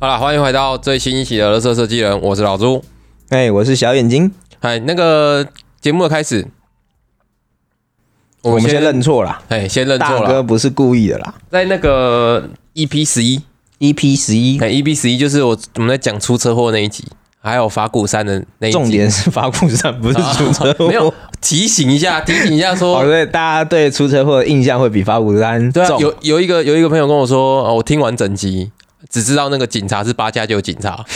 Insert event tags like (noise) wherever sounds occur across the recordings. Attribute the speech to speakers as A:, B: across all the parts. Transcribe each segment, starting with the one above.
A: 好了，欢迎回到最新一期的《乐色设计人》，我是老朱。
B: 哎，我是小眼睛，
A: 嗨，那个节目的开始，
B: 我们先认，错啦，
A: 哎，先认错
B: 大
A: 了
B: 哥。不是故意的啦。
A: 在那个 EP 十一，
B: EP 十一，
A: 哎，EP 十一就是我我们在讲出车祸那一集，还有法鼓山的那一集。
B: (laughs) 重点是法库山不是出车祸。
A: 没有提醒一下，提醒一下
B: (laughs) 哦，
A: 说，
B: 对，大家对出车祸的印象会比法库山
A: 对啊，
B: 重。
A: 有有一个有一个朋友跟我说，哦，我听完整集。只知道那个警察是八加九警察， (laughs)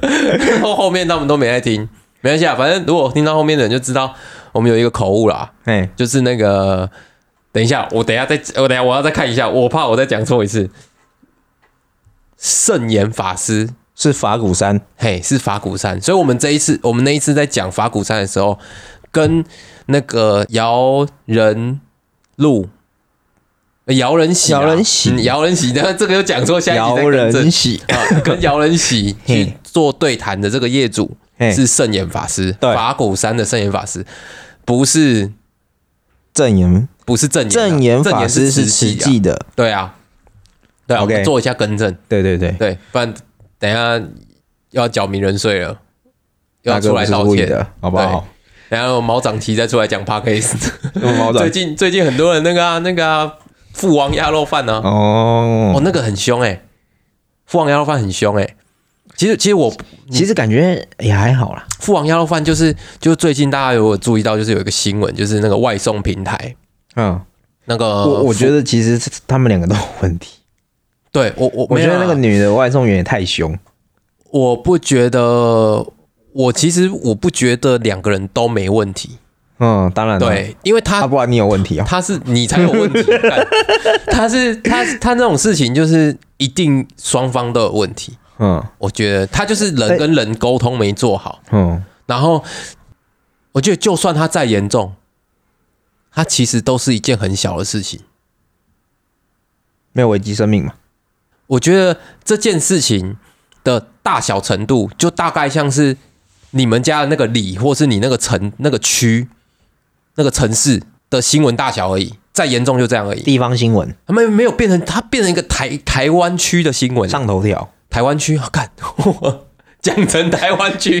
A: 然后后面他们都没在听，没关系啊，反正如果听到后面的人就知道我们有一个口误啦，
B: 哎，
A: 就是那个，等一下，我等一下再，我等一下我要再看一下，我怕我再讲错一次。圣严法师，
B: 是法鼓山，
A: 嘿，是法鼓山，所以我们这一次，我们那一次在讲法鼓山的时候，跟那个姚人路。呃姚人喜、啊，
B: 姚人喜
A: 嗯姚人喜，然后这个又讲错，下一集再
B: 姚
A: 更正
B: 人喜。
A: 啊，跟姚人喜
B: (laughs) 嘿
A: 去做对谈的这个业主
B: 嘿
A: 是圣严法师，
B: 对
A: 法鼓山的圣严法师，不是
B: 正言
A: 不是正言啊、
B: 正言法师是
A: 是
B: 慈
A: 啊
B: 济的，
A: 对啊，对啊
B: OK
A: 我们做一下更正，
B: 对对对，
A: (laughs) 对，不然等一下要缴名人税了，要
B: 大哥
A: 出
B: 不
A: 来
B: 是
A: 道
B: 故意
A: 歉，
B: 的，好不好？
A: 然后毛长旗再出来讲 p a r k a
B: (laughs)
A: s
B: 毛
A: 最
B: 长
A: 近最近很多人那个啊那个啊，父王鸭肉饭呢、啊，哦
B: 哦，
A: 那个很凶哎、父王鸭肉饭很凶哎、其实其实我
B: 其实感觉也还好啦。
A: 父王鸭肉饭就是就是最近大家有注意到就是有一个新闻，就是那个外送平台
B: 嗯，
A: 那个
B: 我我觉
A: 得
B: 得其实是他们两个都有问题。
A: 对我我
B: 我
A: 没
B: 觉
A: 有
B: 得
A: 啊
B: 那个女的外送员也太凶。
A: 我不觉得，我其实我不觉得两个人都没问题，
B: 嗯，当然了，
A: 对，因为他、
B: 啊，不然你有问题哦。
A: 他是你才有问题，干他是他他那种事情就是一定双方都有问题，
B: 嗯
A: 我觉得他就是人跟人沟通没做好，
B: 嗯，
A: 然后我觉得就算他再严重，他其实都是一件很小的事情。
B: 没有危及生命嘛。
A: 我觉得这件事情的大小程度，就大概像是你们家的那个里，或是你那个城、那个区、那个城市的新闻大小而已。再严重就这样而已，
B: 地方新闻
A: 他们没有变成它变成一个台台湾区的新闻，
B: 上头条，
A: 台湾区啊，看我 (laughs) 讲成台湾区，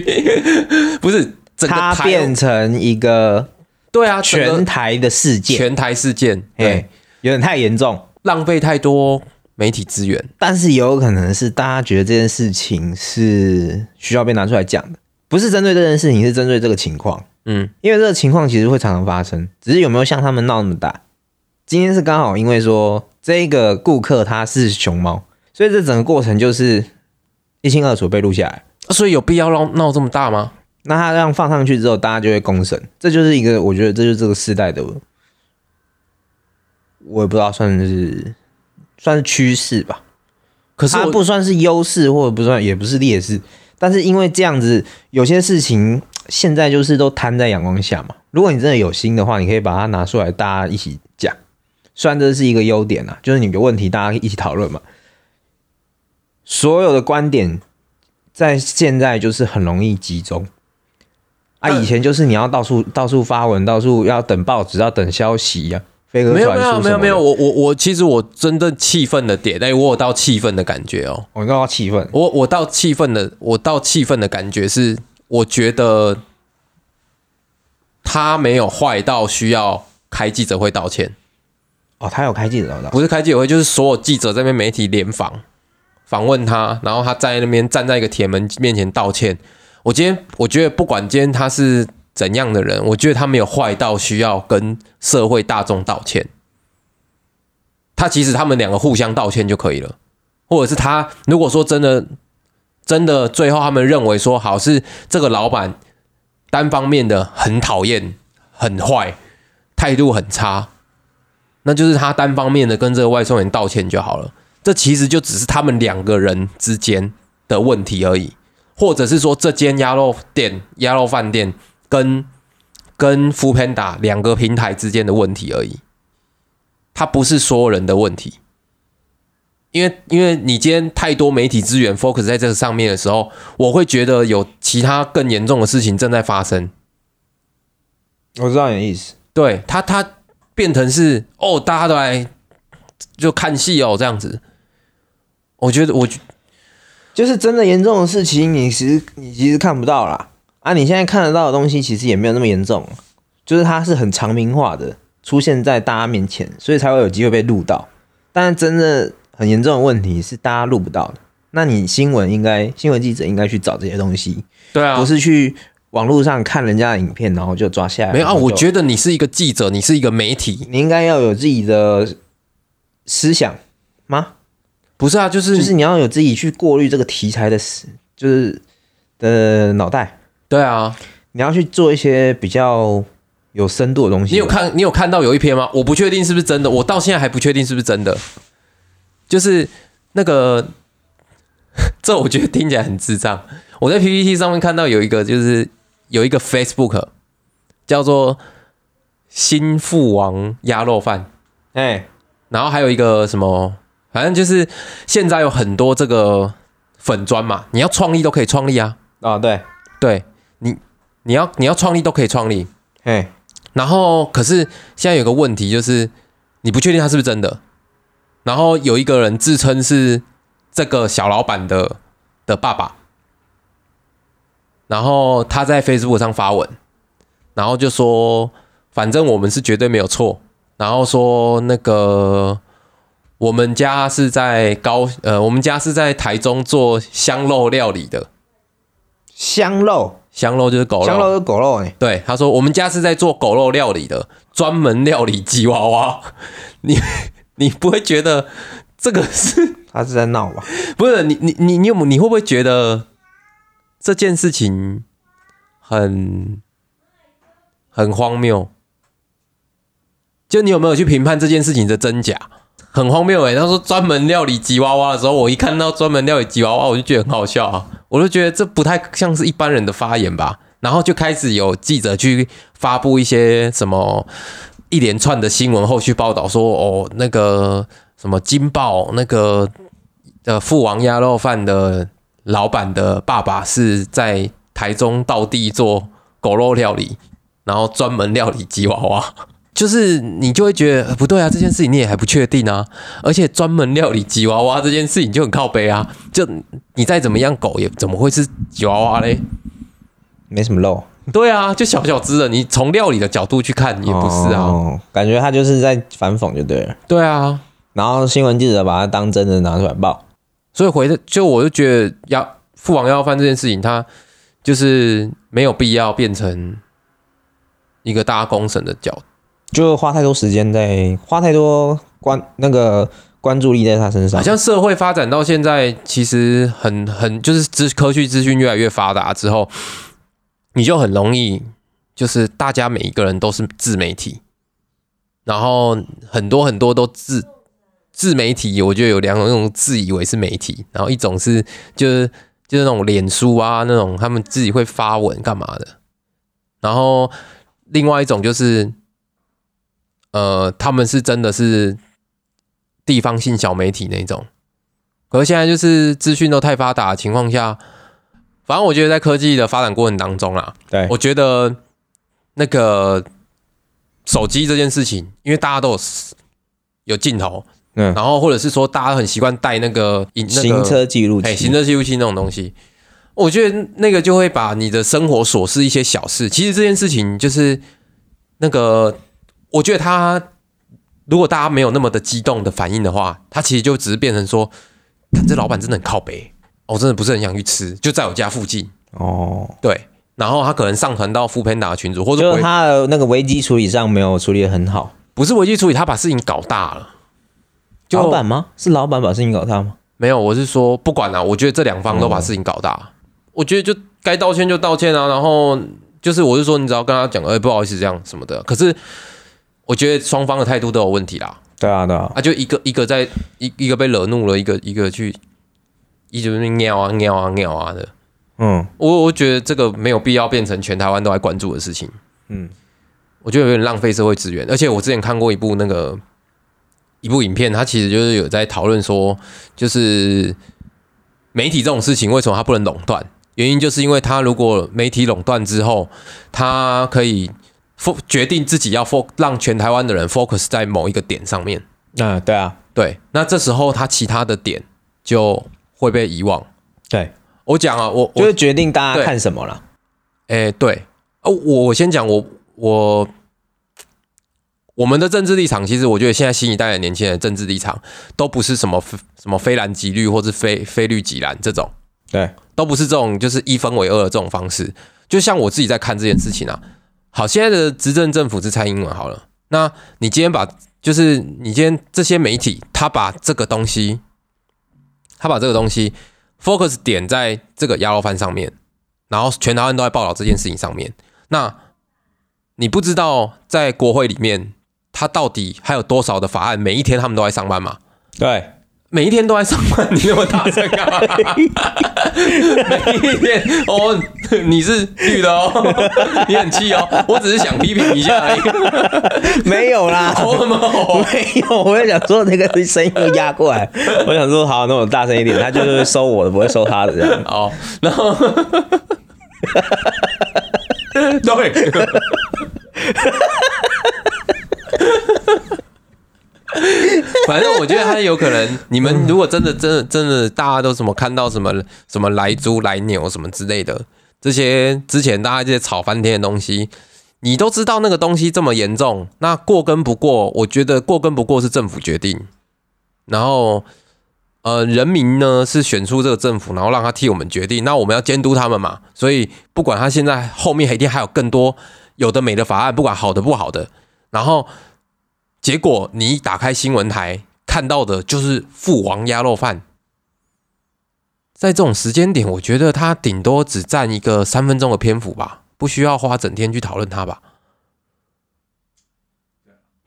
A: (laughs) 不是整个
B: 它
A: 台
B: 变成一个
A: 对啊，整
B: 全
A: 个
B: 台的事件，
A: 全台事件，对
B: 哎，，有点太严重。
A: 浪费太多媒体资源，
B: 但是也有可能是大家觉得这件事情是需要被拿出来讲的，不是针对这件事情，是针对这个情况。
A: 嗯，
B: 因为这个情况其实会常常发生，只是有没有像他们闹那么大。今天是刚好因为说这个顾客他是熊猫，所以这整个过程就是一清二楚被录下来。
A: 啊所以有必要闹闹这么大吗？
B: 那他让放上去之后，大家就会公审，这就是一个我觉得这就是这个世代的，我也不知道算是算是趋势吧。
A: 可是
B: 它
A: 我
B: 不算是优势，或者不算也不是劣势，但是因为这样子，有些事情现在就是都摊在阳光下嘛。如果你真的有心的话，你可以把它拿出来，大家一起讲。虽然这是一个优点啊，就是你有问题大家一起讨论嘛。所有的观点在现在就是很容易集中啊，
A: 但
B: 以前就是你要到处到处发文，到处要等报纸，要等消息呀、飞鸽
A: 没有
B: 传
A: 没
B: 书
A: 有没
B: 什
A: 有
B: 么
A: 没有，
B: 的，
A: 我我我其实我真正气愤的点，哎、我有到气愤的感觉哦，
B: 我刚刚气愤，
A: 我我到气愤的，我到气愤的感觉是，我觉得他没有坏到需要开记者会道歉，
B: 哦，他有开记者招待会
A: 不是开记者会，就是所有记者在那边媒体联访访问他，然后他在那边站在一个铁门面前道歉。我今天我觉得不管今天他是怎样的人，我觉得他没有坏到需要跟社会大众道歉。他其实他们两个互相道歉就可以了，或者是他如果说真的真的最后他们认为说好是这个老板单方面的很讨厌、很坏、态度很差，那就是他单方面的跟这个外送员道歉就好了。这其实就只是他们两个人之间的问题而已，或者是说这间鸭肉店、鸭肉饭店跟跟 f o o Panda 两个平台之间的问题而已，它不是所有人的问题。因为因为你今天太多媒体资源 focus 在这个上面的时候，我会觉得有其他更严重的事情正在发生。
B: 我知道你的意思。
A: 对他，他变成是哦，大家都来就看戏哦，这样子。我觉得我
B: 就是真的严重的事情，你其实你其实看不到啦。啊，你现在看得到的东西其实也没有那么严重，啊就是它是很长明化的出现在大家面前，所以才会有机会被录到。但是真的很严重的问题是大家录不到的。那你新闻应该，新闻记者应该去找这些东西，
A: 对啊，
B: 不是去网络上看人家的影片然后就抓下来。
A: 没有啊，
B: 然后
A: 我
B: 就
A: 觉得你是一个记者，你是一个媒体，
B: 你应该要有自己的思想吗？
A: 不是啊，就是、
B: 就是你要有自己去过滤这个题材的思，就是的脑袋，
A: 对啊，
B: 你要去做一些比较有深度的东西。
A: 你有看你有看到有一篇吗？我不确定是不是真的，我到现在还不确定是不是真的。就是那个， (laughs) 这我觉得听起来很智障。我在 PPT 上面看到有一个，就是有一个 Facebook 叫做“新父王鸭肉饭
B: 哎、”，
A: 然后还有一个什么，反正就是现在有很多这个粉砖嘛，你要创立都可以创立啊。
B: 哦对，
A: 对你，你要你要创立都可以创立，
B: 哎，
A: 然后可是现在有个问题就是，你不确定他是不是真的。然后有一个人自称是这个小老板的的爸爸，然后他在 Facebook 上发文，然后就说，反正我们是绝对没有错。然后说那个我们家是在高呃，我们家是在台中做香肉料理的，
B: 香肉，
A: 香肉就是狗肉，
B: 香肉跟狗肉哎、
A: 对，他说我们家是在做狗肉料理的，专门料理吉娃娃。你你不会觉得这个是
B: 他是在闹吧？
A: 不是你你你你有你会不会觉得这件事情很很荒谬？就你有没有去评判这件事情的真假？很荒谬欸诶、他说专门料理吉娃娃的时候，我一看到专门料理吉娃娃，我就觉得很好笑啊！我就觉得这不太像是一般人的发言吧。然后就开始有记者去发布一些什么一连串的新闻后续报道说，哦，那个什么金豹那个呃父王鸭肉饭的老板的爸爸是在台中道地做狗肉料理，然后专门料理吉娃娃。 (laughs) 就是你就会觉得、呃不对啊，这件事情你也还不确定啊，而且专门料理吉娃娃这件事情就很靠背啊，就你再怎么样狗也怎么会是吉娃娃嘞？
B: 没什么肉，
A: 对啊，就小小只的，你从料理的角度去看也不是啊，
B: 哦感觉他就是在反讽就对了。
A: 对啊，
B: 然后新闻记者把它当真的拿出来报，
A: 所以回的就我就觉得要父王要饭这件事情，它就是没有必要变成一个大家公审的角，
B: 就花太多时间在花太多关那个关注力在他身上
A: 好。像社会发展到现在，其实很很就是资科技资讯越来越发达之后，你就很容易就是大家每一个人都是自媒体，然后很多很多都自自媒体，我觉得有两种，那种自以为是媒体，然后一种是就是就是那种脸书啊那种他们自己会发文干嘛的，然后另外一种就是呃他们是真的是地方性小媒体那种。可是现在就是资讯都太发达的情况下，反正我觉得在科技的发展过程当中啦，
B: 对，
A: 我觉得那个手机这件事情，因为大家都有有镜头，
B: 嗯
A: 然后或者是说大家很习惯带那个影那
B: 行
A: 个
B: 车记录
A: 哎，
B: 器
A: 行，车记录器那种东西，我觉得那个就会把你的生活琐事一些小事，其实这件事情就是那个，我觉得他如果大家没有那么的激动的反应的话，他其实就只是变成说，看这老板真的很靠北，哦我真的不是很想去吃，就在我家附近，
B: 哦，
A: 对，然后他可能上传到副片打群组，或者
B: 就是
A: 回
B: 他的那个危机处理上没有处理的很好。
A: 不是危机处理，他把事情搞大了，就
B: 老板吗？是老板把事情搞大吗？
A: 没有，我是说不管了、我觉得这两方都把事情搞大，我觉得就该道歉就道歉啊，然后就是我是说你只要跟他讲，哎、不好意思这样什么的，可是我觉得双方的态度都有问题啦，
B: 对啊，对啊，
A: 啊，就一个一个在一一个被惹怒了，一个一个去一直在那边尿啊尿啊尿啊的，
B: 嗯，
A: 我我觉得这个没有必要变成全台湾都在关注的事情。
B: 嗯，
A: 我觉得有点浪费社会资源。而且我之前看过一部那个一部影片，它其实就是有在讨论说，就是媒体这种事情为什么它不能垄断？原因就是因为它如果媒体垄断之后，它可以 fo- 决定自己要 fo 让全台湾的人 focus 在某一个点上面。
B: 那、对啊，
A: 对，那这时候它其他的点就会被遗忘。
B: 对，
A: 我讲啊，我
B: 就
A: 我
B: 是决定大家
A: 对
B: 看什么了。
A: 哎、对，哦，我我先讲我我我们的政治立场，其实我觉得现在新一代的年轻人的政治立场都不是什么非什么非蓝即绿，或是非非绿即蓝这种，
B: 对，
A: 都不是这种就是一分为二的这种方式。就像我自己在看这件事情啊，好，现在的执政政府是蔡英文好了，那你今天把就是你今天这些媒体，他把这个东西，他把这个东西 focus 点在这个鸭肉饭上面，然后全台湾都在报道这件事情上面，那你不知道在国会里面，他到底还有多少的法案，每一天他们都在上班吗？
B: 对，
A: 每一天都在上班，你那么大声干嘛？每一天哦，你是绿的哦，你很气哦，我只是想批评一下而已。
B: (laughs) 没有 (laughs) 啦，
A: 哦什么哦？
B: 没有，我在想说那个声音又压过来，我想说好，那我大声一点，他就是会收我的，不会收他的这
A: (laughs)
B: 样。
A: 哦，然后对， (laughs) 反正我觉得他有可能，你们如果真的、真的、真的，大家都什么看到什么什么来猪、来牛什么之类的，这些之前大家这些吵翻天的东西，你都知道那个东西这么严重，那过跟不过，我觉得过跟不过是政府决定，然后呃，人民呢是选出这个政府，然后让他替我们决定，那我们要监督他们嘛。所以不管他现在后面一定还有更多有的没的法案，不管好的不好的，然后结果你一打开新闻台看到的就是父王鸭肉饭。在这种时间点，我觉得他顶多只占一个三分钟的篇幅吧，不需要花整天去讨论它吧。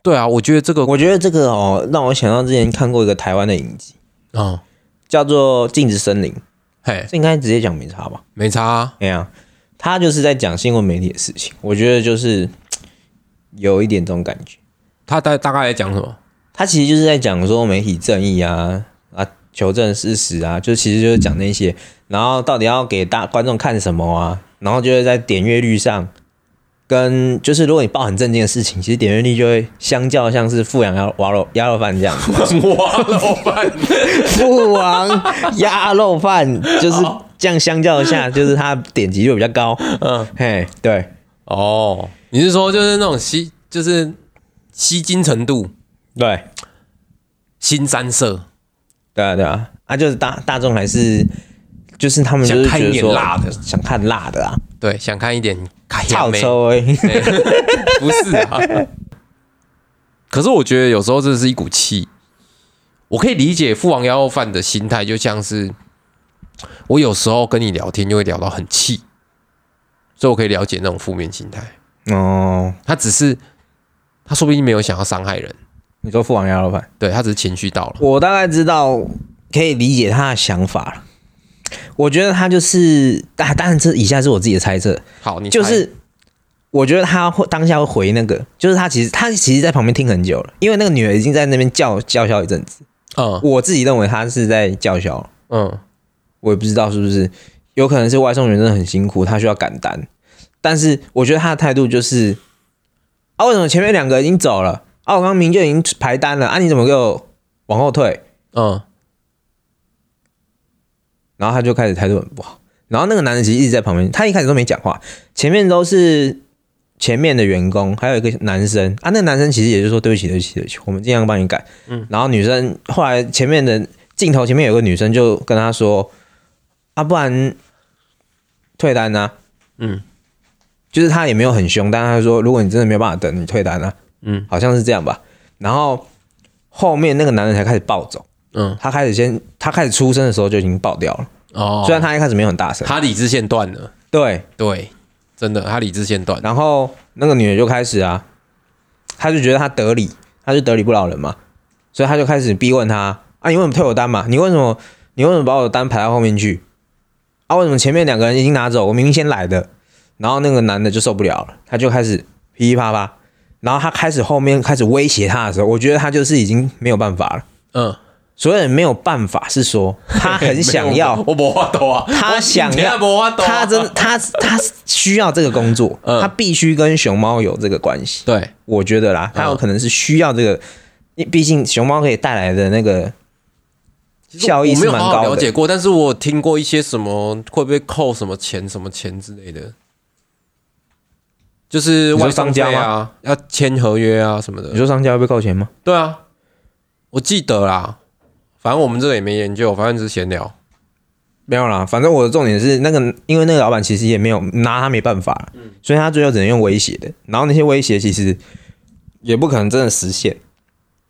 A: 对啊，我觉得这个，
B: 我觉得这个哦，让我想到之前看过一个台湾的影集，
A: 嗯，
B: 叫做《禁止森林》，
A: 嘿，
B: 这应该直接讲没差吧？
A: 没差、啊，
B: 哎呀，他就是在讲新闻媒体的事情，我觉得就是有一点这种感觉。
A: 他大大概在讲什
B: (laughs)
A: 么？
B: 他其实就是在讲说媒体正义啊啊，求证事实啊，就其实就是讲那些，然后到底要给大观众看什么啊，然后就是在点阅率上，跟就是如果你报很正经的事情，其实点阅率就会相较像是富阳鸭鸭肉鸭肉饭这样，
A: 哇，老板，
B: (laughs) 富王鸭肉饭就是这样相较 (laughs) 下，就是它点击率比较高，
A: 嗯，
B: 嘿，对
A: 哦，你是说就是那种吸，就是吸金程度，
B: 对
A: 新三色，
B: 对啊对啊，啊就是大大众还是。就是他们就是
A: 想看一
B: 觉得
A: 点
B: 说
A: 辣的
B: 想看辣的啊，
A: 对，想看一点开
B: 操抽哎、
A: 对不是啊。可是我觉得有时候这是一股气，我可以理解父王要肉饭的心态，就像是我有时候跟你聊天就会聊到很气，所以我可以了解那种负面心态。
B: (laughs) 哦，
A: 他只是他说不定没有想要伤害人，
B: 你说父王鸭肉饭，
A: 对他只是情绪到了，
B: 我大概知道，可以理解他的想法了。我觉得他就是，啊，当然这以下是我自己的猜测，
A: 好，你
B: 就
A: 猜
B: 是我觉得他会当下会回那个，就是他其实他其实在旁边听很久了，因为那个女儿已经在那边叫叫嚣一阵子。
A: 嗯
B: 我自己认为他是在叫嚣，
A: 嗯
B: 我也不知道是不是，有可能是外送员真的很辛苦，他需要赶单。但是我觉得他的态度就是，啊，为什么前面两个已经走了？啊，我刚刚明明就已经排单了，啊，你怎么给我往后退？
A: 嗯
B: 然后他就开始态度很不好。然后那个男的其实一直在旁边，他一开始都没讲话，前面都是前面的员工，还有一个男生啊，那个男生其实也就说对不起，对不起，对不起，我们尽量帮你改。嗯，然后女生后来前面的镜头前面有个女生就跟他说，啊，不然退单啊，
A: 嗯
B: 就是他也没有很凶，但他说如果你真的没有办法等，你退单啊，
A: 嗯
B: 好像是这样吧。然后后面那个男人才开始暴走，
A: 嗯
B: 他开始先他开始出声的时候就已经爆掉了，
A: 哦，
B: 虽然他一开始没有很大声，
A: 他理智线断了，
B: 对，
A: 对，真的他理智线断了，
B: 然后那个女的就开始啊，她就觉得她得理，她就得理不饶人嘛，所以她就开始逼问她啊，你为什么退我单嘛？你为什么你为什么把我的单排到后面去？啊，为什么前面两个人已经拿走，我明明先来的？然后那个男的就受不了了，他就开始噼里啪啦，然后他开始后面开始威胁她的时候，我觉得他就是已经没有办法了。
A: 嗯，
B: 所以没有办法是说他很想
A: 没有
B: 要，
A: 我没法度啊，
B: 他
A: 我
B: 想
A: 真
B: 要
A: 的没法度啊
B: 他真的他他需要这个工作，
A: 嗯
B: 他必须跟熊猫有这个关系。
A: 对，
B: 我觉
A: 嗯
B: 得啦，他有可能是需要这个，因为毕竟熊猫可以带来的那个
A: 其实我
B: 效益
A: 我没
B: 是
A: 有
B: 蛮
A: 好好
B: 高
A: 了
B: 的。
A: 解过，但是我有听过一些什么会不会扣什么钱、什么钱之类的，就是
B: 你说
A: 外送
B: 商家
A: 费啊，要签合约啊什么的
B: 你。说商家会被扣钱吗？
A: 对啊，我记得啦，反正我们这个也没研究，反正只是闲聊。
B: 没有啦，反正我的重点是那个，因为那个老板其实也没有拿他没办法，
A: 嗯
B: 所以他最后只能用威胁的。然后那些威胁其实也不可能真的实现，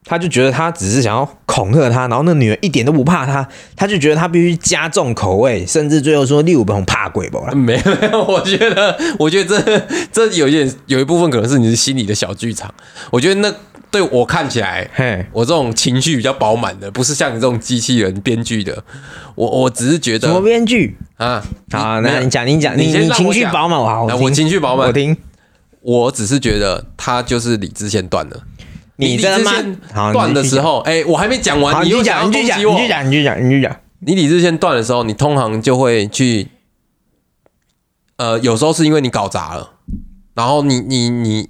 B: 他就觉得他只是想要恐吓他，然后那女人一点都不怕他，他就觉得他必须加重口味，甚至最后说六本怕鬼吧。
A: (laughs) 没有，没有，我觉得，我觉得这这有一点有一部分可能是你心里的小剧场。我觉得那对我看起来，
B: 嘿，
A: 我这种情绪比较饱满的，不是像你这种机器人编剧的。我我只是觉
B: 什么
A: 得
B: 编剧？
A: 啊，
B: 好，
A: 没
B: 那
A: 有
B: 你讲，你讲，
A: 你
B: 你
A: 先让我
B: 情绪
A: 讲
B: 饱满，我好，
A: 来
B: 我
A: 我
B: 听，
A: 情绪饱
B: 我
A: 满，
B: 听，
A: 我只是觉得他就是理智线断了。
B: 你
A: 理
B: 这
A: 智
B: 妈
A: 线
B: 好
A: 断的时
B: 候，
A: 候，哎，我还没讲
B: 好，
A: 完，
B: 你
A: 又
B: 去
A: 想要
B: 讲，你去
A: 攻
B: 讲，
A: 击
B: 你
A: 我
B: 去。讲，你去讲，你去讲，
A: 你理智线断的时候，你通常就会去，呃，有时候是因为你搞砸了，然后你你你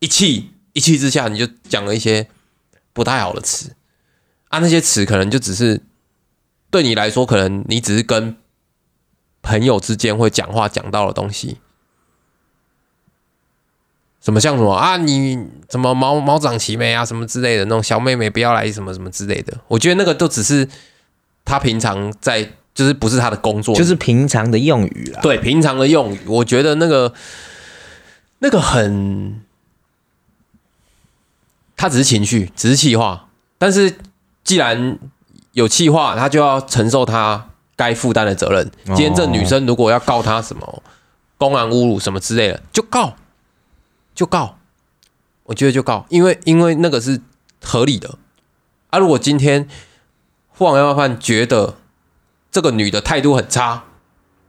A: 一气一气之下，你就讲了一些不太好的词啊，那些词可能就只是对你来说，可能你只是跟朋友之间会讲话讲到的东西。什么像什么啊，你什么毛毛长齐眉啊，什么之类的那种小妹妹不要来什么什么之类的，我觉得那个都只是他平常在，就是不是他的工作，
B: 就是平常的用语啦。
A: 对平常的用语，我觉得那个那个很，他只是情绪，只是气话，但是既然有气话，他就要承受他该负担的责任。今天这女生如果要告他什么公然侮辱什么之类的，就告，就告，我觉得就告，因为因为那个是合理的。啊，如果今天晃幺幺饭觉得这个女的态度很差，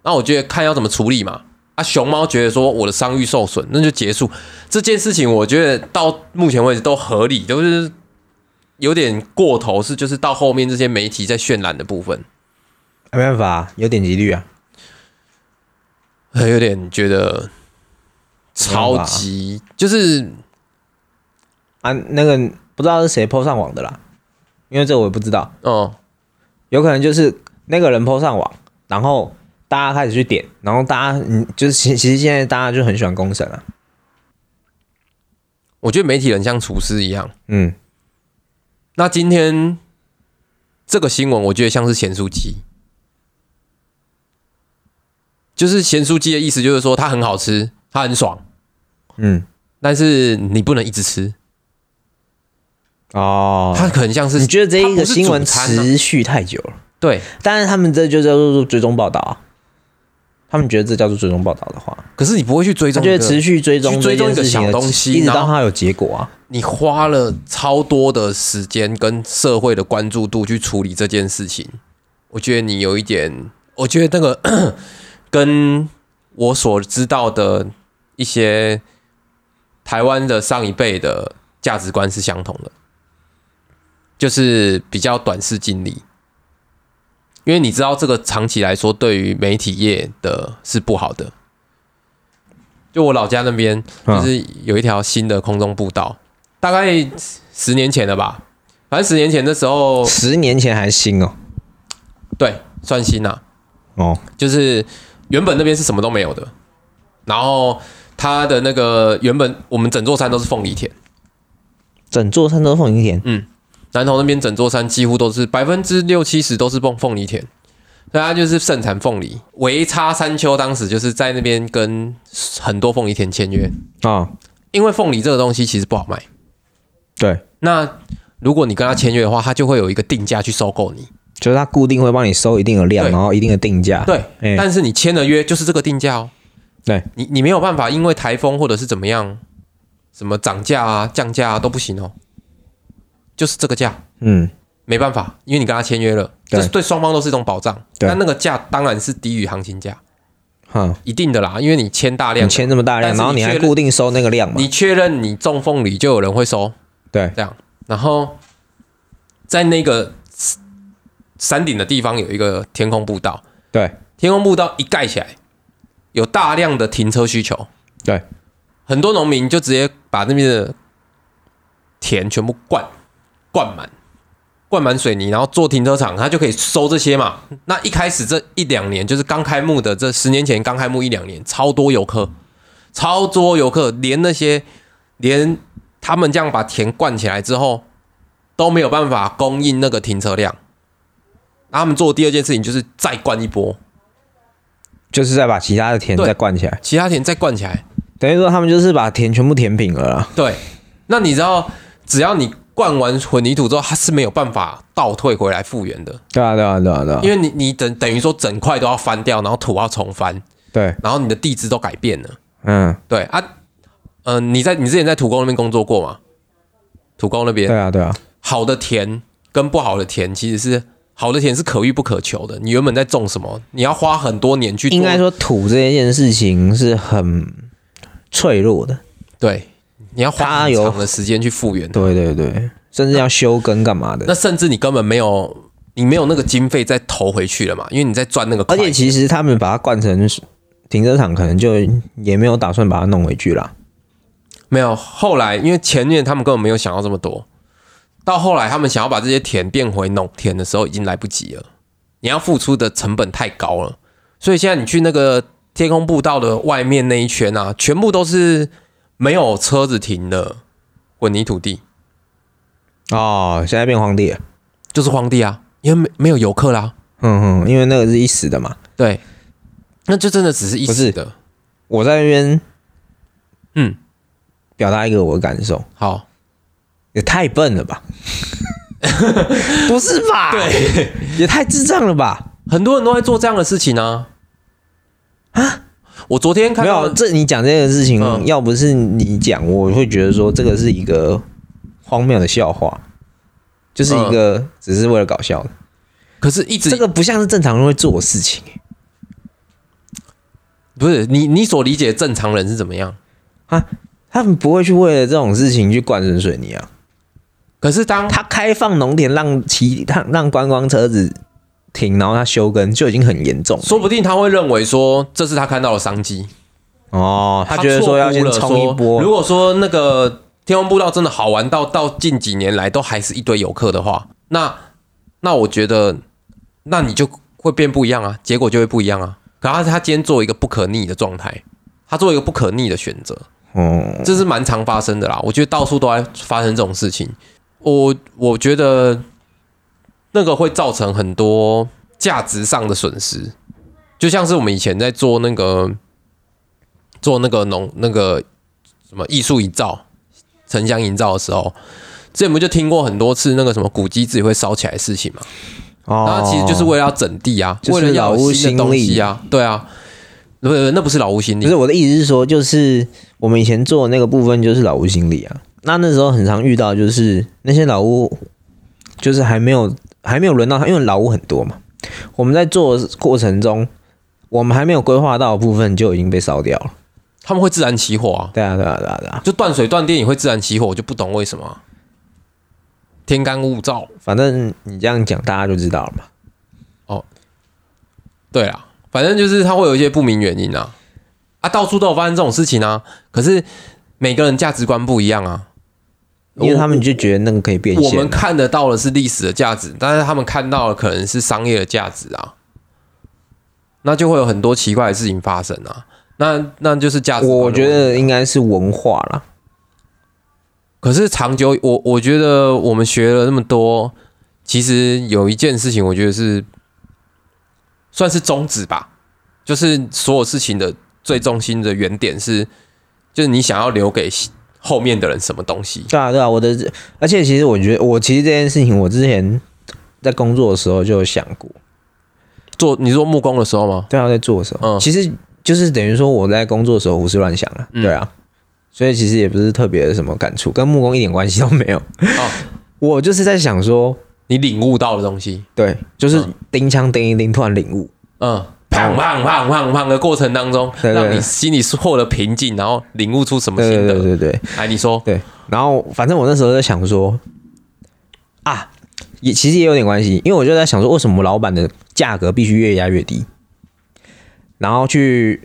A: 那我觉得看要怎么处理嘛。啊，熊猫觉得说我的商誉受损，那就结束这件事情。我觉得到目前为止都合理，都是有点过头，是就是到后面这些媒体在渲染的部分，
B: 没办法，有点击率啊。
A: 有点觉得超级就是
B: 啊，那个不知道是谁 PO 上网的啦，因为这我也不知道，
A: 哦，
B: 有可能就是那个人 PO 上网，然后大家开始去点，然后大家嗯，就是其其实现在大家就很喜欢公审啊，
A: 我觉得媒体人像厨师一样。
B: 嗯，
A: 那今天这个新闻，我觉得像是咸酥鸡，就是咸酥鸡的意思，就是说它很好吃，它很爽，
B: 嗯，
A: 但是你不能一直吃，
B: 哦，
A: 它可能像是
B: 你觉得这一个新闻
A: 它不是主餐啊
B: 持续太久了？
A: 对，
B: 当然，他们这就叫做追踪报道啊。他们觉得这叫做追踪报道的话，
A: 可是你不会去追
B: 他
A: 踪
B: 觉
A: 这
B: 得
A: 个，
B: 持续追踪
A: 去追踪一
B: 这
A: 个
B: 件事情的
A: 小东西
B: 一直
A: 然
B: 到
A: 后
B: 它有结果啊。
A: 你花了超多的时间跟社会的关注度去处理这件事情，我觉得你有一点，我觉得那个 (clears throat) 跟我所知道的一些台湾的上一辈的价值观是相同的，就是比较短视近利。因为你知道，这个长期来说对于媒体业的是不好的。就我老家那边，就
B: 嗯
A: 是有一条新的空中步道，大概十年前了吧。反正十年前的时候，
B: 十年前还新哦，
A: 对，算新啊啦、
B: 哦，
A: 就是原本那边是什么都没有的，然后它的那个原本我们整座山都是凤梨田，
B: 整座山都放一点，
A: 南投那边整座山几乎都是百分之六七十都是凤凤梨田，所以它就是盛产凤梨。维差山丘当时就是在那边跟很多凤梨田签约，
B: 啊，
A: 因为凤梨这个东西其实不好卖。
B: 对，
A: 那如果你跟他签约的话，他就会有一个定价去收购你。
B: 就是它固定会帮你收一定的量，
A: 对
B: 然后一定的定价。
A: 对，
B: 哎
A: 但是你签了约就是这个定价哦。
B: 对，
A: 你你没有办法因为台风或者是怎么样，什么涨价啊、降价啊都不行哦，就是这个价
B: 嗯，
A: 没办法，因为你跟他签约了，
B: 对
A: 这是对双方都是一种保障。
B: 对
A: 但那个价当然是低于行情价，
B: 哈，
A: 一定的啦，因为你签大量的，
B: 你签这么大量，
A: 但是
B: 然后你
A: 你
B: 还
A: 确认
B: 固定收那个量嘛？
A: 你确认你中凤梨就有人会收，
B: 对，
A: 这样。然后在那个山顶的地方有一个天空步道，
B: 对，
A: 天空步道一盖起来，有大量的停车需求。
B: 对，
A: 很多农民就直接把那边的田全部灌灌满，灌满水泥，然后做停车场，他就可以收这些嘛。那一开始这一两年，就是刚开幕的这十年前刚开幕一两年，超多游客，超多游客，连那些连他们这样把田灌起来之后，都没有办法供应那个停车量。那他们做的第二件事情就是再灌一波，
B: 就是再把其他的田
A: 对
B: 再灌起来，
A: 其他田再灌起来。
B: 等于说他们就是把田全部填平了啦。
A: 对，那你知道，只要你灌完混凝土之后，它是没有办法倒退回来复原的，
B: 对啊，对啊，对啊，对啊
A: 因，为你你等等于说整块都要翻掉，然后土要重翻，
B: 对，
A: 然后你的地质都改变了。
B: 嗯，
A: 对啊，嗯、你在你之前在土沟那边工作过吗？土沟那边
B: 对啊，对啊，
A: 好的田跟不好的田其实是好的田是可遇不可求的，你原本在种什么，你要花很多年去做
B: 应该说土这件事情是很脆弱的，
A: 对，你要花
B: 它
A: 很
B: 有
A: 长的时间去复原它
B: 对对对，甚至要修根干嘛
A: 那
B: 的。
A: 甚至你根本没有，你没有那个经费再投回去了嘛，因为你在赚那个快
B: 而
A: 钱。
B: 且其实他们把它灌成停车场，可能就也没有打算把它弄回去啦。
A: 没有后来，因为前面他们根本没有想到这么多，到后来他们想要把这些田变回农田的时候，已经来不及了。你要付出的成本太高了，所以现在你去那个天空步道的外面那一圈啊，全部都是没有车子停的混凝土地，
B: 哦，现在变荒地了。
A: 就是荒地啊，因为没没有游客啦。
B: 嗯嗯，因为那个是一时的嘛。
A: 对，那就真的只是一
B: 不
A: 时
B: 是
A: 的。
B: 我在那边
A: 嗯，
B: 表达一个我的感受，
A: 好，
B: 也太笨
A: (laughs)
B: 了吧？不是吧？
A: 对，
B: 也太智障了吧？
A: 很多人都在做这样的事情啊。啊，我昨天看
B: 没
A: 到
B: 有，这你讲这个事情，
A: 嗯
B: 要不是你讲，我会觉得说这个是一个荒谬的笑话，就是一个
A: 嗯
B: 只是为了搞笑的。
A: 可是一直
B: 这个不像是正常人会做的事情
A: 不是你你所理解的正常人是怎么样？
B: 啊！他们不会去为了这种事情去灌成水泥啊！
A: 可是当
B: 他开放农田让骑让让观光车子停，然后他休耕就已经很严重了。
A: 说不定他会认为说这是他看到的商机，
B: 哦，他觉得说要先
A: 错
B: 冲
A: 估了
B: 一波，
A: 说如果说那个天空步道真的好玩到到近几年来都还是一堆游客的话，那那我觉得那你就会变不一样啊，结果就会不一样啊。可是他今天做一个不可逆的状态，他做一个不可逆的选择，
B: 哦，
A: 这是蛮常发生的啦。我觉得到处都在发生这种事情。我我觉得那个会造成很多价值上的损失，就像是我们以前在做那个做那个农那个什么艺术营造、城乡营造的时候，之前不就听过很多次那个什么古迹自己会烧起来的事情嘛？
B: 哦
A: 那其实就是为了要整地啊，
B: 就是
A: 为了要
B: 老
A: 有
B: 屋
A: 新的东
B: 新力
A: 西啊，对啊，不不，那不是老屋心
B: 不
A: 理
B: 是，我的意思是说，就是我们以前做的那个部分就是老屋心理啊。那那时候很常遇到，就是那些老屋，就是还没有还没有轮到他，因为老屋很多嘛。我们在做的过程中，我们还没有规划到的部分就已经被烧掉了。
A: 他们会自然起火啊。
B: 对啊，对啊，对啊，对啊。
A: 就断水断电也会自然起火，我就不懂为什么啊。天干物燥，
B: 反正你这样讲，大家就知道了嘛。
A: 对啦，反正就是它会有一些不明原因啊，啊，到处都有发生这种事情啊。可是每个人价值观不一样啊，
B: 因为他们就觉得那个可以变
A: 我
B: 现啊、
A: 们看得到的是历史的价值，但是他们看到的可能是商业的价值啊，那就会有很多奇怪的事情发生啊。那那就是价值观的
B: 我
A: 问题。
B: 觉得应该是文化啦。
A: 可是长久，我我觉得我们学了那么多，其实有一件事情，我觉得是算是宗旨吧，就是所有事情的最中心的原点是，就是你想要留给后面的人什么东西。
B: 对啊，对啊，我的，而且其实我觉得，我其实这件事情，我之前在工作的时候就有想过。
A: 做你做木工的时候吗？
B: 对啊，在做的时候，
A: 嗯
B: 其实就是等于说我在工作的时候胡思乱想了，
A: 嗯
B: 对啊，所以其实也不是特别的什么感触，跟木工一点关系都没有。
A: 哦，
B: (laughs) 我就是在想说，
A: 你领悟到的东西，
B: 对，就是
A: 嗯
B: 钉枪钉一钉，突然领悟，
A: 嗯，砰砰砰砰砰的过程当中，
B: 对对
A: 让你心里获得平静，然后领悟出什么
B: 对
A: 心
B: 对对
A: 得？
B: 对对
A: 来，你说，
B: 对。然后反正我那时候在想说，啊，也其实也有点关系，因为我就在想说，为什么老板的价格必须越压越低，然后去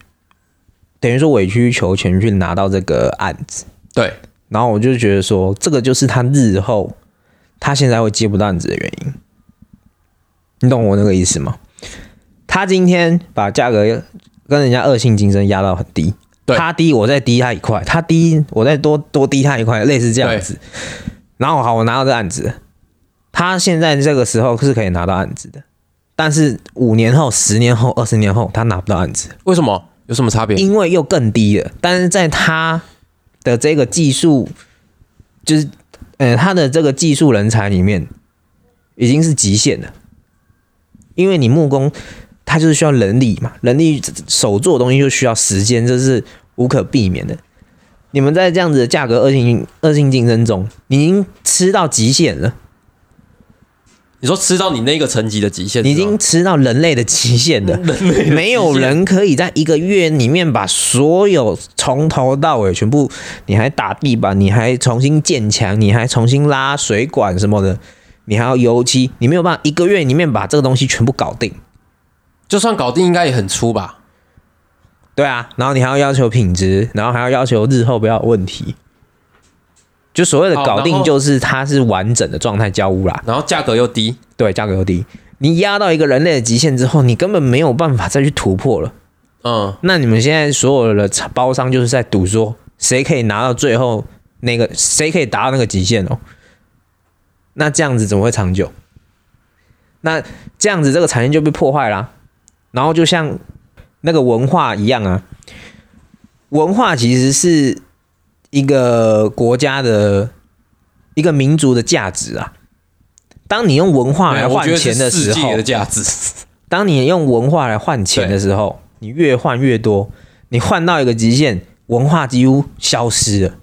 B: 等于说委曲求全去拿到这个案子。
A: 对，
B: 然后我就觉得说，这个就是他日后他现在会接不到案子的原因。你懂我那个意思吗？他今天把价格跟人家恶性竞争压到很低，
A: 对
B: 他低我再低他一块，他低我再多多低他一块，类似这样子。然后好，我拿到这案子，他现在这个时候是可以拿到案子的，但是五年后、十年后、二十年后，他拿不到案子，
A: 为什么？有什么差别？
B: 因为又更低了。但是在他的这个技术，就是呃，他的这个技术人才里面，已经是极限了。因为你木工，它就是需要人力嘛，人力手做的东西就需要时间，这是无可避免的。你们在这样子的价格恶性恶性竞争中，你已经吃到极限了，
A: 你说吃到你那个层级的极限，
B: 你已经吃到哦人类的极限了。没有人可以在一个月里面把所有从头到尾全部，你还打地板，你还重新建墙，你还重新拉水管什么的，你还要油漆，你没有办法一个月里面把这个东西全部搞定。
A: 就算搞定，应该也很粗吧？
B: 对啊，然后你还要要求品质，然后还要要求日后不要有问题。就所谓的
A: 好
B: 搞
A: 然
B: 定，
A: 后
B: 就是它是完整的状态交屋啦。
A: 然后价格又低，
B: 对，价格又低，你压到一个人类的极限之后，你根本没有办法再去突破了。
A: 嗯，
B: 那你们现在所有的包商就是在赌说，谁可以拿到最后那个，谁可以达到那个极限哦。那这样子怎么会长久？那这样子这个产业就被破坏啦、然后就像那个文化一样啊，文化其实是一个国家的一个民族的价值啊。当你用文化
A: 对啊
B: 来
A: 哎我
B: 啊换
A: 觉得
B: 钱
A: 是
B: 的时
A: 世
B: 候，
A: 界的价值， (laughs)
B: 当你用文化来换钱的时候，你越换越多，你换到一个极限，文化几乎消失了，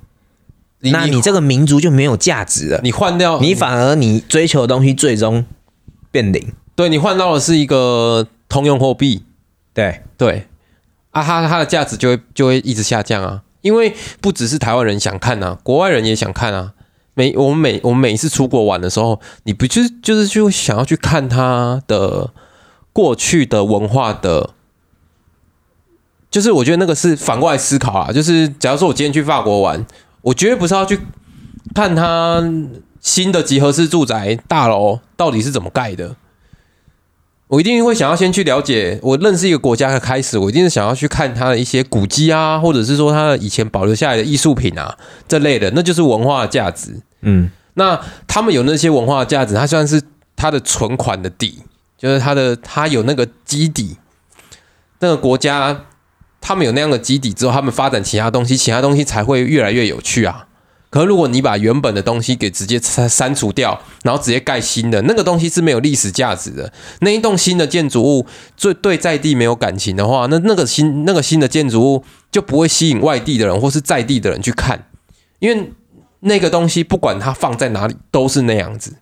B: 那你这个民族就没有价值了。
A: 你换掉
B: 你反而你追求的东西最终变零。
A: 对你换到的是一个通用货币，
B: 对，
A: 对啊，它它的价值就会就会一直下降啊，因为不只是台湾人想看啊，国外人也想看啊。每我们每我们每一次出国玩的时候，你不就是就是就想要去看它的过去的文化的，就是我觉得那个是反过来思考啊，就是假如说我今天去法国玩，我绝对不是要去看它新的集合式住宅大楼到底是怎么盖的，我一定会想要先去了解，我认识一个国家的开始，我一定是想要去看它的一些古迹啊，或者是说它的以前保留下来的艺术品啊这类的，那就是文化的价值。
B: 嗯，
A: 那他们有那些文化的价值，它算是它的存款的底，就是它的它有那个基底，那个国家他们有那样的基底之后，他们发展其他东西，其他东西才会越来越有趣啊。可是如果你把原本的东西给直接删删除掉，然后直接盖新的，那个东西是没有历史价值的。那一栋新的建筑物，最对在地没有感情的话，那那个新那个新的建筑物就不会吸引外地的人或是在地的人去看，因为那个东西不管它放在哪里都是那样子。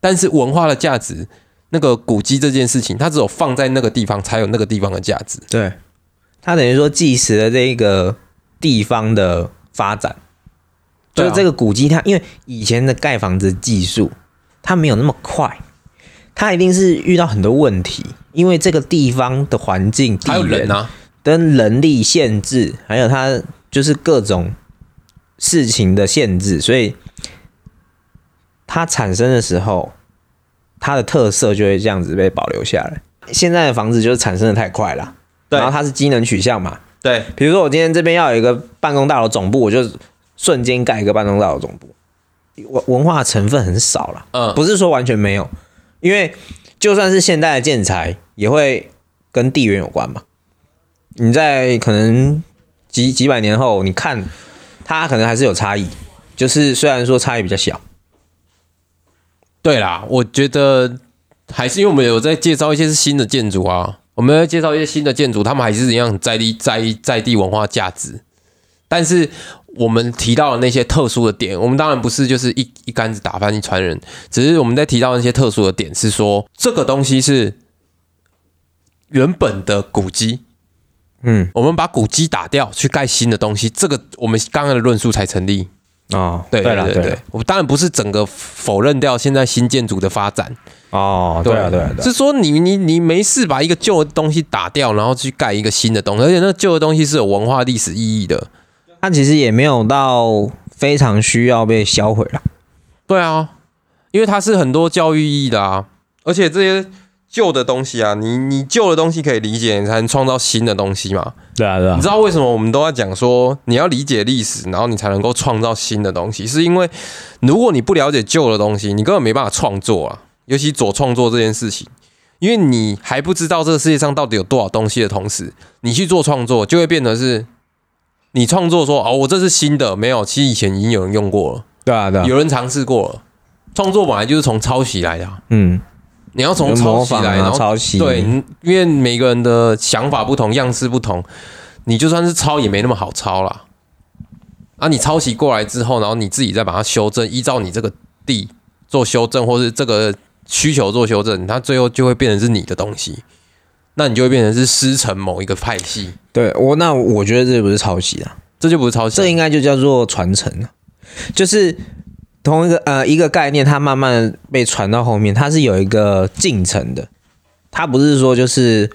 A: 但是文化的价值，那个古迹这件事情，它只有放在那个地方才有那个地方的价值。
B: 对，它等于说即时的这个地方的发展，就
A: 对啊
B: 是这个古迹它，因为以前的盖房子技术它没有那么快，它一定是遇到很多问题，因为这个地方的环境、地
A: 还有
B: 缘
A: 人啊，
B: 跟人力限制，还有它就是各种事情的限制，所以它产生的时候，它的特色就会这样子被保留下来。现在的房子就是产生的太快了，
A: 对
B: 然后它是机能取向嘛，
A: 对，
B: 比如说我今天这边要有一个办公大楼总部，我就瞬间盖一个办公大楼总部，文文化成分很少了。
A: 嗯，
B: 不是说完全没有，因为就算是现代的建材，也会跟地缘有关嘛。你在可能几几百年后，你看它可能还是有差异，就是虽然说差异比较小，
A: 对啦，我觉得还是因为我们有在介绍一些是新的建筑啊，我们要介绍一些新的建筑，他们还是一样很在地在在地文化价值。但是我们提到的那些特殊的点，我们当然不是就是一一竿子打翻一船人，只是我们在提到那些特殊的点是说，这个东西是原本的古迹，
B: 嗯，
A: 我们把古迹打掉去盖新的东西，这个我们刚刚的论述才成立。
B: 哦，
A: 对
B: 对
A: 了，
B: 了
A: 对
B: 了
A: 对，我当然不是整个否认掉现在新建筑的发展。
B: 哦，对了对了对啊，
A: 是说你你你没事把一个旧的东西打掉，然后去盖一个新的东西，而且那旧的东西是有文化历史意义的。
B: 它其实也没有到非常需要被销毁了，
A: 对啊，因为它是很多教育意义的啊，而且这些旧的东西啊，你你旧的东西可以理解，你才能创造新的东西嘛。
C: 对啊，对啊
A: 你知，道为什么我们都在讲说你要理解历史，然后你才能够创造新的东西？是因为如果你不了解旧的东西，你根本没办法创作啊。尤其左创作这件事情，因为你还不知道这个世界上到底有多少东西的同时，你去做创作就会变得是，你创作说哦，我这是新的，没有，其实以前已经有人用过了，
C: 对啊，对啊，
A: 有人尝试过了。创作本来就是从抄袭来的啊、
B: 嗯，
A: 你要从
B: 有
A: 抄
B: 模
A: 袭
B: 仿
A: 来，
B: 啊
A: 然后
B: 抄袭，
A: 对，你因为每个人的想法不同，样式不同，你就算是抄也没那么好抄啦。啊，你抄袭过来之后，然后你自己再把它修正，依照你这个地做修正，或是这个需求做修正，它最后就会变成是你的东西，那你就会变成是师承某一个派系，
B: 对我那我觉得这不是抄袭啊，
A: 这就不是抄袭
B: 这
A: 啊。
B: 应该就叫做传承啊，就是同一个呃一个概念，它慢慢地被传到后面，它是有一个进程的，它不是说就是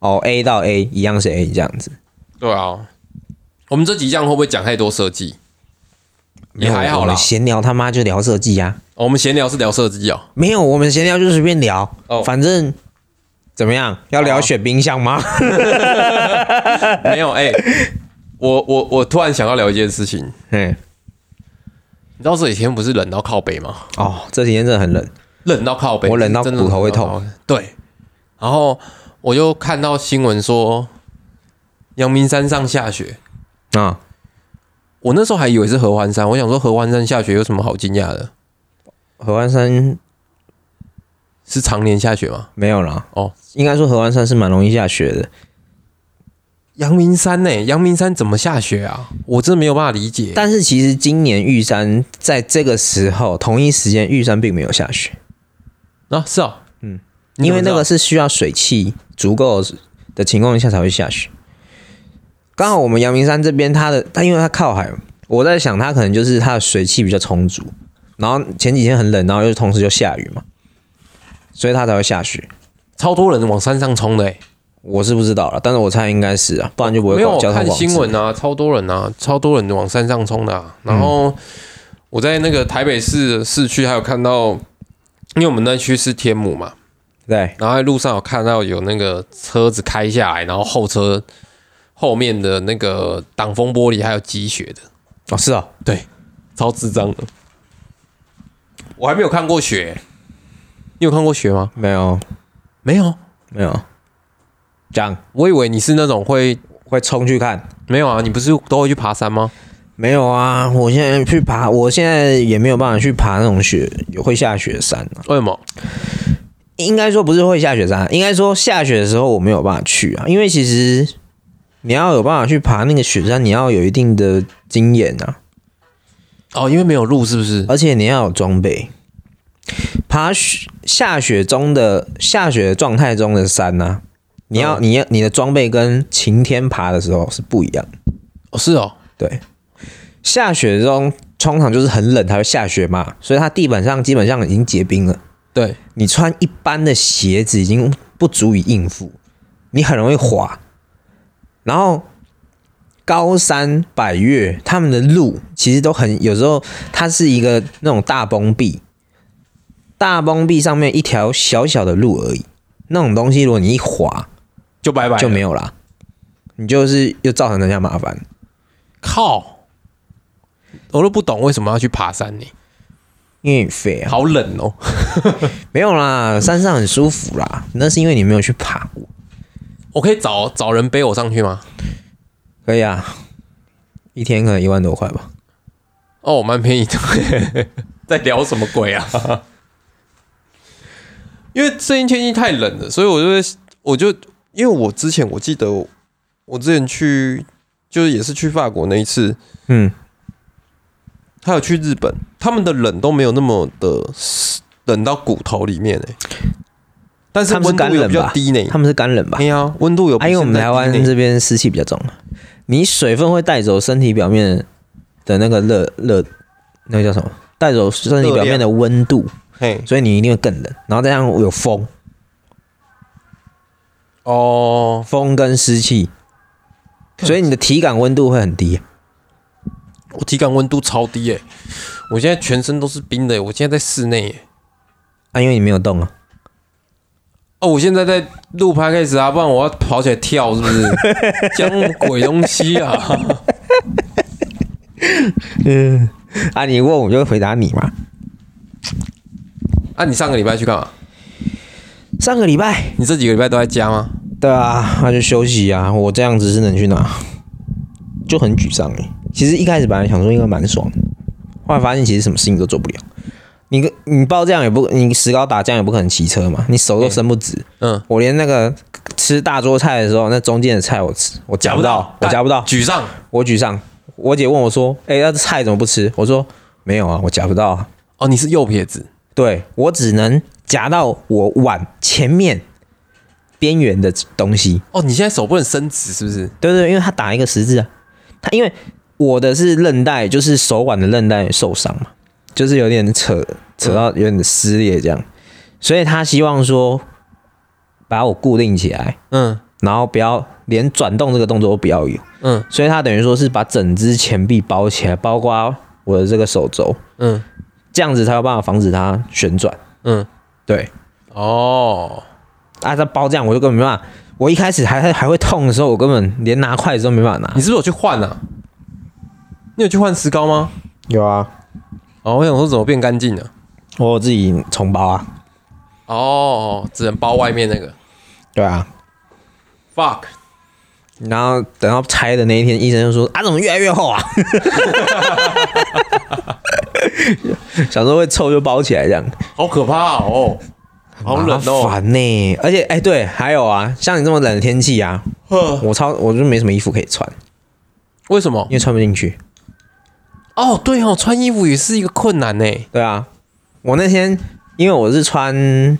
B: 哦 A 到 A 一样是 A 这样子，
A: 对啊，我们这几样会不会讲太多设计？也还好
B: 我
A: 啦
B: 们。闲聊他妈就聊设计啊，
A: 哦我们闲聊是聊设计哦。
B: 没有我们闲聊就随便聊，
A: 哦
B: 反正怎么样要聊选冰箱吗？
A: 哦
B: (laughs)
A: 没有，哎、我我我突然想要聊一件事情，
B: 嗯，
A: 你知道这几天不是冷到靠北吗？
B: 哦，这几天真的很冷，
A: 冷到靠北，
B: 我冷到
A: 真的
B: 骨头会痛
A: 冷到靠北。对，然后我就看到新闻说，阳明山上下雪。
B: 啊、
A: 我那时候还以为是合欢山，我想说合欢山下雪有什么好惊讶的？
B: 合欢山
A: 是常年下雪吗？
B: 没有啦，
A: 哦，
B: 应该说合欢山是蛮容易下雪的。
A: 阳明山呢、阳明山怎么下雪啊？我真的没有办法理解。
B: 但是其实今年玉山在这个时候同一时间，玉山并没有下雪，
A: 啊，是哦，嗯，
B: 因为那个是需要水汽足够的情况下才会下雪。刚好我们阳明山这边，它的它因为它靠海，我在想它可能就是它的水汽比较充足，然后前几天很冷，然后又同时就下雨嘛，所以它才会下雪。
A: 超多人往山上冲的、欸，
B: 我是不知道了，但是我猜应该是啊，不然就不会
A: 没有
B: 搞
A: 我
B: 交通
A: 看
B: 管制
A: 新闻啊，超多人啊，超多人往山上冲的、啊。然后我在那个台北市的市区还有看到，因为我们那区是天母嘛，
B: 对，
A: 然后在路上有看到有那个车子开下来，然后后车后面的那个挡风玻璃还有积雪的，
B: 哦是哦，
A: 对，超智障的。我还没有看过雪、你有看过雪吗？
B: 没有
A: 没有，
B: 没有，这样
A: 我以为你是那种会
B: 会冲去看。
A: 没有啊，你不是都会去爬山吗？
B: 没有啊，我现在去爬，我现在也没有办法去爬那种雪会下雪的山啊。
A: 为什么？
B: 应该说不是会下雪山，啊应该说下雪的时候我没有办法去啊，因为其实你要有办法去爬那个雪山，你要有一定的经验啊，
A: 哦，因为没有路是不是？
B: 而且你要有装备。爬雪下雪中的下雪状态中的山呢、啊，你要你要你的装备跟晴天爬的时候是不一样的。
A: 哦，是哦，
B: 对，下雪中通常就是很冷才会下雪嘛，所以它地板上基本上已经结冰了。
A: 对，
B: 你穿一般的鞋子已经不足以应付，你很容易滑。然后高山百越，他们的路其实都很，有时候它是一个那种大崩壁，大崩壁上面一条小小的路而已。那种东西，如果你一滑
A: 就拜拜了
B: 就没有啦，你就是又造成人家麻烦。
A: 靠，我都不懂为什么要去爬山呢、
B: 因为你废啊，
A: 好冷哦。
B: 没有啦，山上很舒服啦，那是因为你没有去爬过。
A: 我可以找找人背我上去吗？
B: 可以啊，一天可能一万多块吧。
A: 哦，蛮便宜的。
B: (laughs)
A: 在聊什么鬼啊？ (laughs) 因为最近天气太冷了，所以我就在我就因为我之前我记得我我之前去就是也是去法国那一次，
B: 嗯，
A: 还有去日本，他们的冷都没有那么的冷到骨头里面哎、但是
B: 他们
A: 温
B: 是干
A: 度有
B: 冷
A: 比较
B: 吧？
A: 低呢、
B: 他们是干冷吧
A: 哎？呀，温度有比
B: 啊，因为我们
A: 现在
B: 台湾
A: 低呢
B: 这边湿气比较重啊，你水分会带走身体表面的那个热热，那个叫什么？带走身体表面的温度，
A: 嘿
B: 所以你一定会更冷。然后再加上有风，
A: 哦，
B: 风跟湿气，所以你的体感温度会很低啊、
A: 我体感温度超低哎、我现在全身都是冰的、欸，我现在在室内、欸，
B: 啊，因为你没有动啊。
A: 哦，我现在在录 p o d c a s 啊，不然我要跑起来跳，是不
B: (laughs)
A: 是？讲鬼东西啊！
B: 嗯，啊，你问我就会回答你嘛。
A: 啊，你上个礼拜去干嘛？
B: 上个礼拜，
A: 你这几个礼拜都在家吗？
B: 对啊，那就休息啊。我这样子是能去哪？就很沮丧哎。其实一开始本来想说应该蛮爽的，后来发现其实什么事情都做不了。你个你报这样也不，你石膏打这样也不可能骑车嘛，你手都伸不直。
A: 嗯，
B: 我连那个吃大桌菜的时候，那中间的菜我吃我夹不到，我夹不到，
A: 啊
B: 哎
A: 沮丧。
B: 我沮丧。我姐问我说：“哎、那菜怎么不吃？”我说：“没有啊，我夹不到、啊。
A: 哦，你是右撇子，
B: 对我只能夹到我碗前面边缘的东西。
A: 哦，你现在手不能伸直，是不是？
B: 对对，因为他打一个十字啊，他因为我的是韧带，就是手腕的韧带受伤嘛，就是有点扯扯到有点撕裂这样，所以他希望说把我固定起来，
A: 嗯
B: 然后不要连转动这个动作都不要有，
A: 嗯
B: 所以他等于说是把整只前臂包起来，包括我的这个手肘，
A: 嗯
B: 这样子才有办法防止它旋转。
A: 嗯，
B: 对，
A: 哦，
B: 啊，他包这样我就根本没办法。我一开始还还会痛的时候，我根本连拿筷子都没办法拿
A: 你。是不是有去换啊？你有去换石膏吗？
B: 有啊，
A: 哦，我想说怎么变干净啊了？
B: 我自己重包啊。
A: 哦，只能包外面那个。
B: 对啊，
A: Fuck，
B: 然后等到拆的那一天，医生就说：“啊，怎么越来越厚啊？” (laughs) 想说会臭就包起来这样，
A: 好可怕哦，好冷
B: 麻
A: 哦。
B: 烦呢、而且哎、对，还有啊，像你这么冷的天气啊，
A: 呵
B: 我超我就没什么衣服可以穿，
A: 为什么
B: 因？为穿不进去。
A: 哦，对哦，穿衣服也是一个困难呢。
B: 对啊，我那天因为我是穿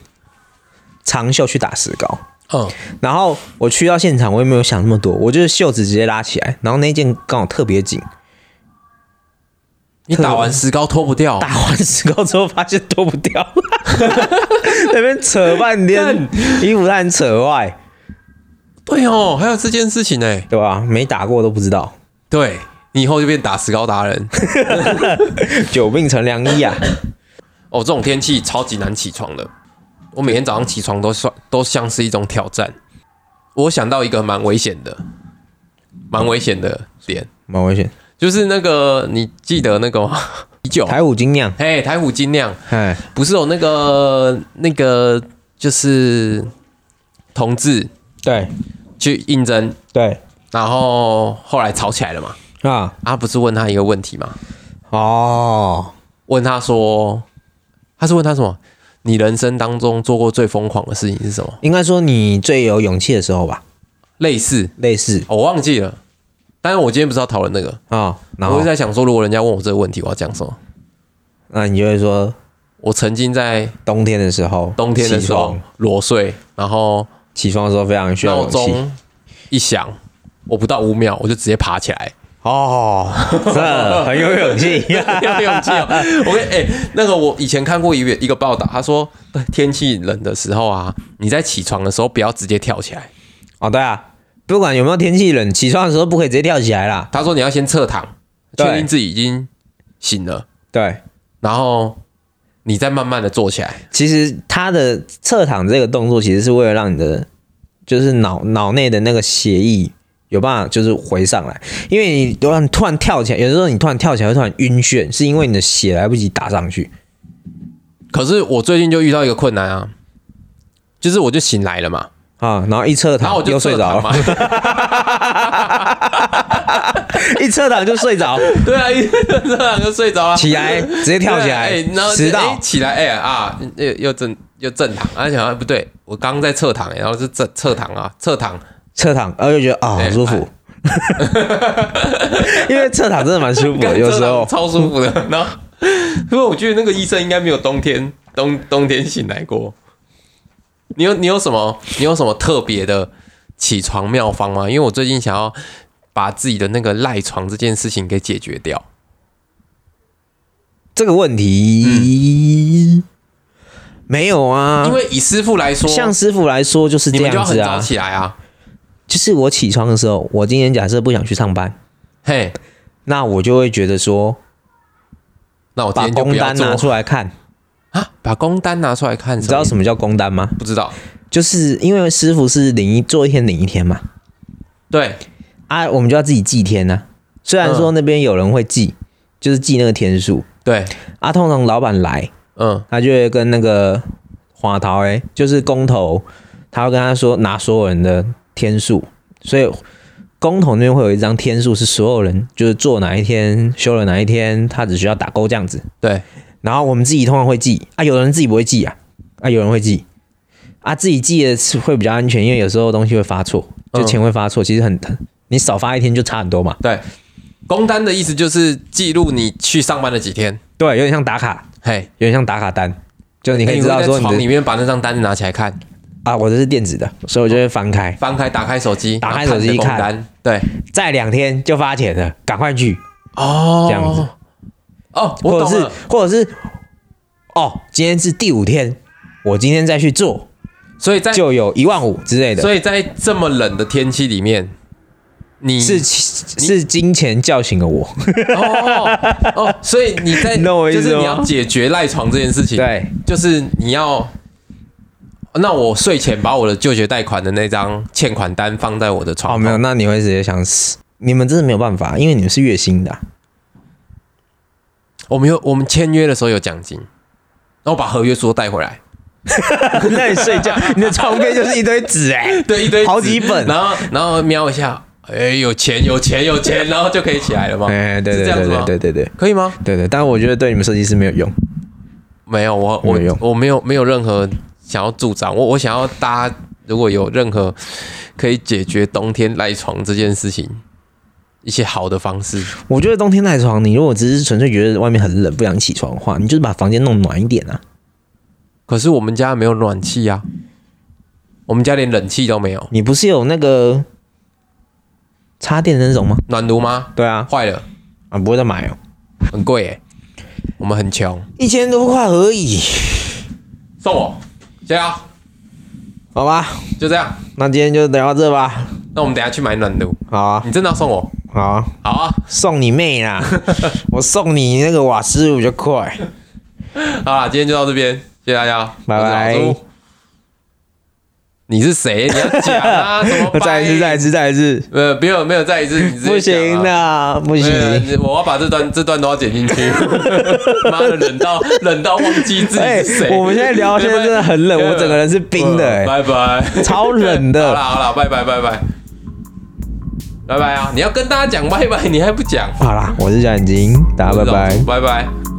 B: 长袖去打石膏，
A: 嗯，
B: 然后我去到现场，我也没有想那么多，我就是袖子直接拉起来，然后那件刚好特别紧，
A: 你打完石膏脱不掉，
B: 打完石膏之后发现脱不掉，
A: (laughs)
B: 那边扯半天，衣服烂扯坏，
A: 对哦，还有这件事情呢。
B: 对吧、没打过都不知道，
A: 对你以后就变打石膏达人。 (laughs)
B: 久病成良医啊！
A: 哦，这种天气超级难起床的。我每天早上起床都算都像是一种挑战。我想到一个蛮危险的，蛮危险的点，
B: 蛮危险，
A: 就是那个你记得那个吗？ (laughs) 啤酒，
B: 台虎精酿，
A: 嘿，台虎精酿，
B: 哎，
A: 不是有那个那个就是同志
B: 对
A: 去应征，
B: 对
A: 然后后来吵起来了嘛？
B: 啊，
A: 啊，不是问他一个问题吗？
B: 哦，
A: 问他说，他是问他什么？你人生当中做过最疯狂的事情是什么？
B: 应该说你最有勇气的时候吧，
A: 类似，
B: 类似
A: 哦我忘记了。但是我今天不是要讨论那个，
B: 啊、哦，然
A: 我
B: 后
A: 是在想说，如果人家问我这个问题，我要讲什么？
B: 那你就会说
A: 我曾经在
B: 冬天的时候，
A: 冬天的时候裸睡，然后
B: 起床，起床的时候非常需要
A: 闹
B: 勇气
A: 钟一响，我不到五秒我就直接爬起来，
B: 哦，这很有
A: (laughs)
B: 勇气。
A: 要勇气哦！我跟哎、那个我以前看过一个一个报道，他说天气冷的时候啊，你在起床的时候不要直接跳起来，
B: 哦，对啊，不管有没有天气冷，起床的时候不可以直接跳起来啦。
A: 他说你要先侧躺，
B: 对
A: 确定自己已经醒了，
B: 对，
A: 然后你再慢慢的坐起来。
B: 其实他的侧躺这个动作，其实是为了让你的就是脑脑内的那个血液有办法就是回上来，因为你突然突然跳起来，有的时候你突然跳起来会突然晕眩，是因为你的血来不及打上去。
A: 可是我最近就遇到一个困难啊，就是我就醒来了嘛，
B: 啊，然后一侧
A: 然后
B: 躺
A: 我就
B: 又睡
A: 侧
B: 着
A: 躺
B: 了，
A: 嘛，
B: (laughs) 一侧躺就睡着，
A: 对啊，一侧躺就睡着了，
B: 起
A: (laughs)
B: 来直接跳起来
A: 对啊哎然后，
B: 迟
A: 哎
B: 到
A: 起来，哎啊，又又正又正躺，而且好像不对，我刚在侧躺，然后是正侧躺啊，侧躺，
B: 侧躺，然后就觉得啊、好
A: 对
B: 舒服，
A: (laughs)
B: 因为侧躺真的蛮舒服的，有时
A: 哎
B: 候
A: 干侧躺超舒服的。然后，因为我觉得那个医生应该没有冬天冬冬天醒来过。你有你有什么你有什么特别的起床妙方吗？因为我最近想要把自己的那个赖床这件事情给解决掉。
B: 这个问
A: 嗯
B: 题、没有啊，
A: 因为以师傅来说，
B: 像师傅来说就是
A: 你
B: 这
A: 们就要
B: 样
A: 很
B: 子
A: 早
B: 啊，
A: 起来啊。
B: 就是我起床的时候，我今天假设不想去上班，
A: 嘿，
B: 那我就会觉得说
A: 那我今
B: 把
A: 天就
B: 工
A: 不要
B: 单拿
A: 做。 (laughs)
B: 出来看，
A: 啊，把工单拿出来看，
B: 你知道
A: 么
B: 什么叫工单吗
A: 意思？？不知道。
B: 就是因为师傅是领一做一天领一天嘛，
A: 对，
B: 啊，我们就要自己祭天呐、虽然
A: 嗯
B: 说那边有人会记，就是记那个天数
A: 对，
B: 啊。通常老板来，
A: 嗯，
B: 他就会跟那个花桃哎，就是工头，他会跟他说拿所有人的天数，所以工头那边会有一张天数是所有人，就是做哪一天休了哪一天，他只需要打勾这样子。
A: 对，
B: 然后我们自己通常会记啊，有人自己不会记啊，啊有人会记啊，自己记的是会比较安全，因为有时候东西会发错，就钱会发错，其实很疼。你少发一天就差很多嘛，
A: 对。工单的意思就是记录你去上班的几天，
B: 对，有点像打卡，
A: 嘿，
B: 有点像打卡单，就你可以
A: 哎
B: 知道
A: 会在
B: 说你
A: 床
B: 的
A: 里面把那张单子拿起来看，
B: 啊，我这是电子的，所以我就会翻开，
A: 翻开打开手机，
B: 打开
A: 然后
B: 手机
A: 着工
B: 看
A: 单，对，
B: 再两天就发钱了，赶快去，
A: 哦，
B: 这样子，
A: 哦，我
B: 或者
A: 懂
B: 是
A: 了，
B: 或者是哦，今天是第五天，我今天再去做
A: 所以在
B: 就有一万五之类的，
A: 哎所以在这么冷的天气里面，你
B: 是是金钱叫醒了我，
A: 哦哦哦，所以你
B: (laughs)
A: 在
B: 你懂我意
A: 就
B: 思吗
A: 是你要解决赖床这件事情，，
B: 对，
A: 就是你要。那我睡前把我的就学贷款的那张欠款单放在我的床
B: 哦，
A: 头
B: 没有，那你会直接想死。你们真的没有办法，因为你们是月薪的啊、
A: 我们有我们签约的时候有奖金，然后把合约书都带回来，
B: 那你睡觉， (laughs) 你的床边就是一堆纸哎、
A: 对一堆纸
B: 好几本
A: 然后然后瞄一下，哎，有钱有钱有钱，然后就可以起来了吗？
B: 哎、对
A: 是
B: 对
A: 这样
B: 对
A: 子吗
B: 对对对对
A: 可以吗？
B: 对对，但我觉得对你们设计师没有用。
A: 没有，我我
B: 没有
A: 我没有没有任何想要助长，我我想要大家如果有任何可以解决冬天赖床这件事情一些好的方式，
B: 我觉得冬天赖床，你如果只是纯粹觉得外面很冷不想起床的话，你就是把房间弄暖一点啊。
A: 可是我们家没有暖气啊，我们家连冷气都没有，
B: 你不是有那个插电的那种吗？
A: 暖炉吗？
B: 对啊，
A: 坏了，
B: 啊不会再买哦，
A: 很贵耶、我们很穷，
B: 一千多块而已，
A: 送我，谢谢啊，
B: 好吧？
A: 就这样，
B: 那今天就聊到这吧。
A: 那我们等一下去买暖炉，
B: 好啊，
A: 你真的要送我？
B: 好啊，
A: 好啊，
B: 送你妹 (laughs) 啦！我送你那个瓦斯炉比较快。
A: 好啦，今天就到这边，谢谢大家，
B: 拜拜
A: 我是老朱。你是谁？你要讲啊？怎么办？
B: (laughs) (laughs) 再一次，再一次，再一次，
A: 呃，没有没有，再一次，你直接
B: 不
A: 讲
B: 行
A: 啊。
B: 的， (laughs) 不
A: 呃
B: 行。，
A: 我要把这段这段都要剪进去。
B: (laughs)
A: 妈的，冷到冷到忘记自己
B: 哎
A: 是谁。
B: 我们现在聊现在真的很冷我整个人是冰的哎
A: 拜拜，
B: 超冷 (laughs)
A: 好啦
B: 的。
A: 好啦，拜拜拜拜，拜拜啊！你要跟大家讲拜拜，你还不讲？
B: 好啦，我是小眼睛，大家拜
A: 我是老
B: 拜
A: 朱。拜拜。